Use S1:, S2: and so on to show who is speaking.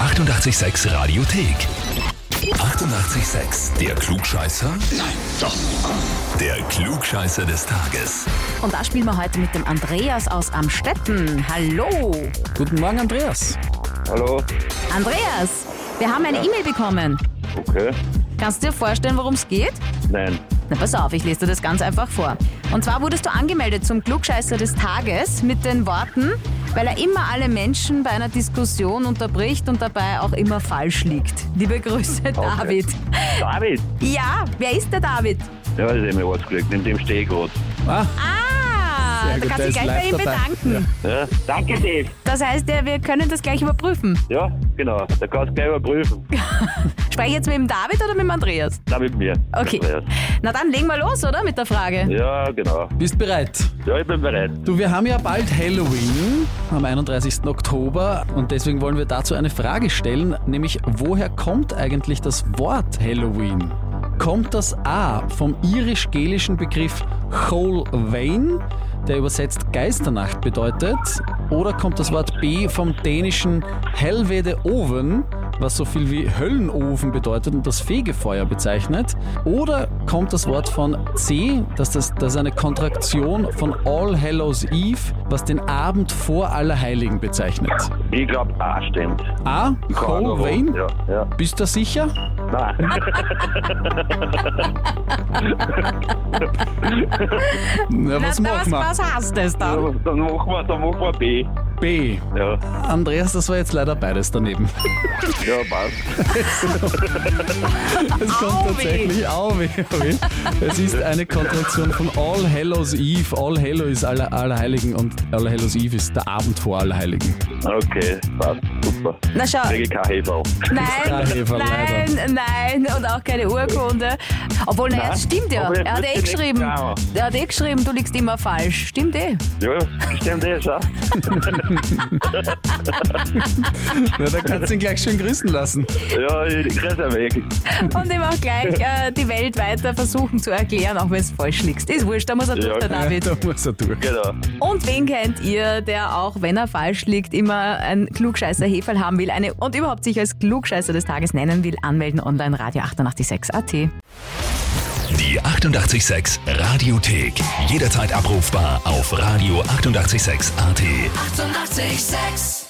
S1: 886 Radiothek. 88,6. Der Klugscheißer? Nein, doch. Der Klugscheißer des Tages.
S2: Und da spielen wir heute mit dem Andreas aus Amstetten. Hallo!
S3: Guten Morgen, Andreas.
S4: Hallo,
S2: Andreas, wir haben eine E-Mail bekommen.
S4: okay.
S2: Kannst du dir vorstellen, worum es geht?
S4: Nein,
S2: Na, pass auf, ich lese dir das ganz einfach vor. Und zwar wurdest du angemeldet zum Klugscheißer des Tages mit den Worten, weil er immer alle Menschen bei einer Diskussion unterbricht und dabei auch immer falsch liegt. Liebe Grüße, David.
S4: David!
S2: Ja, wer ist der David?
S4: Ja, das ist eben Ortsglück, in dem stehe ich gerade.
S3: Ah,
S2: Ah,
S3: Sehr
S2: da
S3: gut,
S2: kannst
S3: der
S2: du dich
S3: ist
S2: gleich bei
S3: live
S2: ihm
S3: dabei.
S2: bedanken.
S4: Ja, danke, Dave!
S2: Das heißt, ja, wir können das gleich überprüfen.
S4: Ja, genau, da kannst du gleich überprüfen.
S2: Spreche ich jetzt mit dem David oder mit dem Andreas?
S4: Na, mit mir.
S2: Okay. Na dann legen wir los, oder? Mit der Frage.
S4: Ja, genau.
S3: bist bereit?
S4: Ja, ich bin bereit.
S3: Du, wir haben ja bald Halloween am 31. Oktober und deswegen wollen wir dazu eine Frage stellen, nämlich woher kommt eigentlich das Wort Halloween? Kommt das A vom irisch-gelischen Begriff Halloween, der übersetzt Geisternacht bedeutet, oder kommt das Wort B vom dänischen Helvede Oven, was so viel wie Höllenofen bedeutet und das Fegefeuer bezeichnet. Oder kommt das Wort von C, dass das, das ist eine Kontraktion von All Hallows Eve, was den Abend vor Allerheiligen bezeichnet.
S4: Ich glaube, A stimmt.
S3: A.
S4: Keine
S3: Halloween?
S4: Ahnung. Ja, ja.
S3: Bist du sicher?
S4: Nein,
S3: Na, was
S2: Na, was,
S3: machen wir?
S2: was hast du dann?
S4: dann machen wir, dann machen wir B.
S3: B.
S4: Ja,
S3: Andreas, das war jetzt leider beides daneben.
S4: ja, passt.
S3: Es kommt
S2: Auweh.
S3: tatsächlich Auweh. auweh. Es ist eine Kontraktion von All Hallows Eve. All Hallow ist aller, Allerheiligen und All Hallows Eve ist der Abend vor Allerheiligen.
S4: Okay, passt. Super.
S2: Na schau.
S4: Kriege ich kein Hefe
S3: Ja,
S2: Nein,
S3: Eva, leider.
S2: nein, nein und auch keine Urkunde. Obwohl, naja, das stimmt ja.
S4: aber das
S2: Er hat eh
S4: wird dir
S2: geschrieben,
S4: nicht klar.
S2: er hat eh geschrieben, du liegst immer falsch. Stimmt eh.
S4: Ja, stimmt eh schon.
S3: Na, da kannst du ihn gleich schön grüßen lassen.
S4: Ja, ich kriege es weg.
S2: Und ihm auch gleich äh, die Welt weiter versuchen zu erklären, auch wenn es falsch liegt. Ist wurscht, da muss er durch,
S4: Ja.
S2: der David.
S3: Da muss er durch.
S4: Genau.
S2: Und wen kennt ihr, der auch, wenn er falsch liegt, immer ein klugscheißer Heferl haben will eine, und überhaupt sich als klugscheißer des Tages nennen will? Anmelden online Radio 886 AT.
S1: Die 88,6 Radiothek. Jederzeit abrufbar auf radio886.at. 88,6.
S5: Eighty-eight, sex.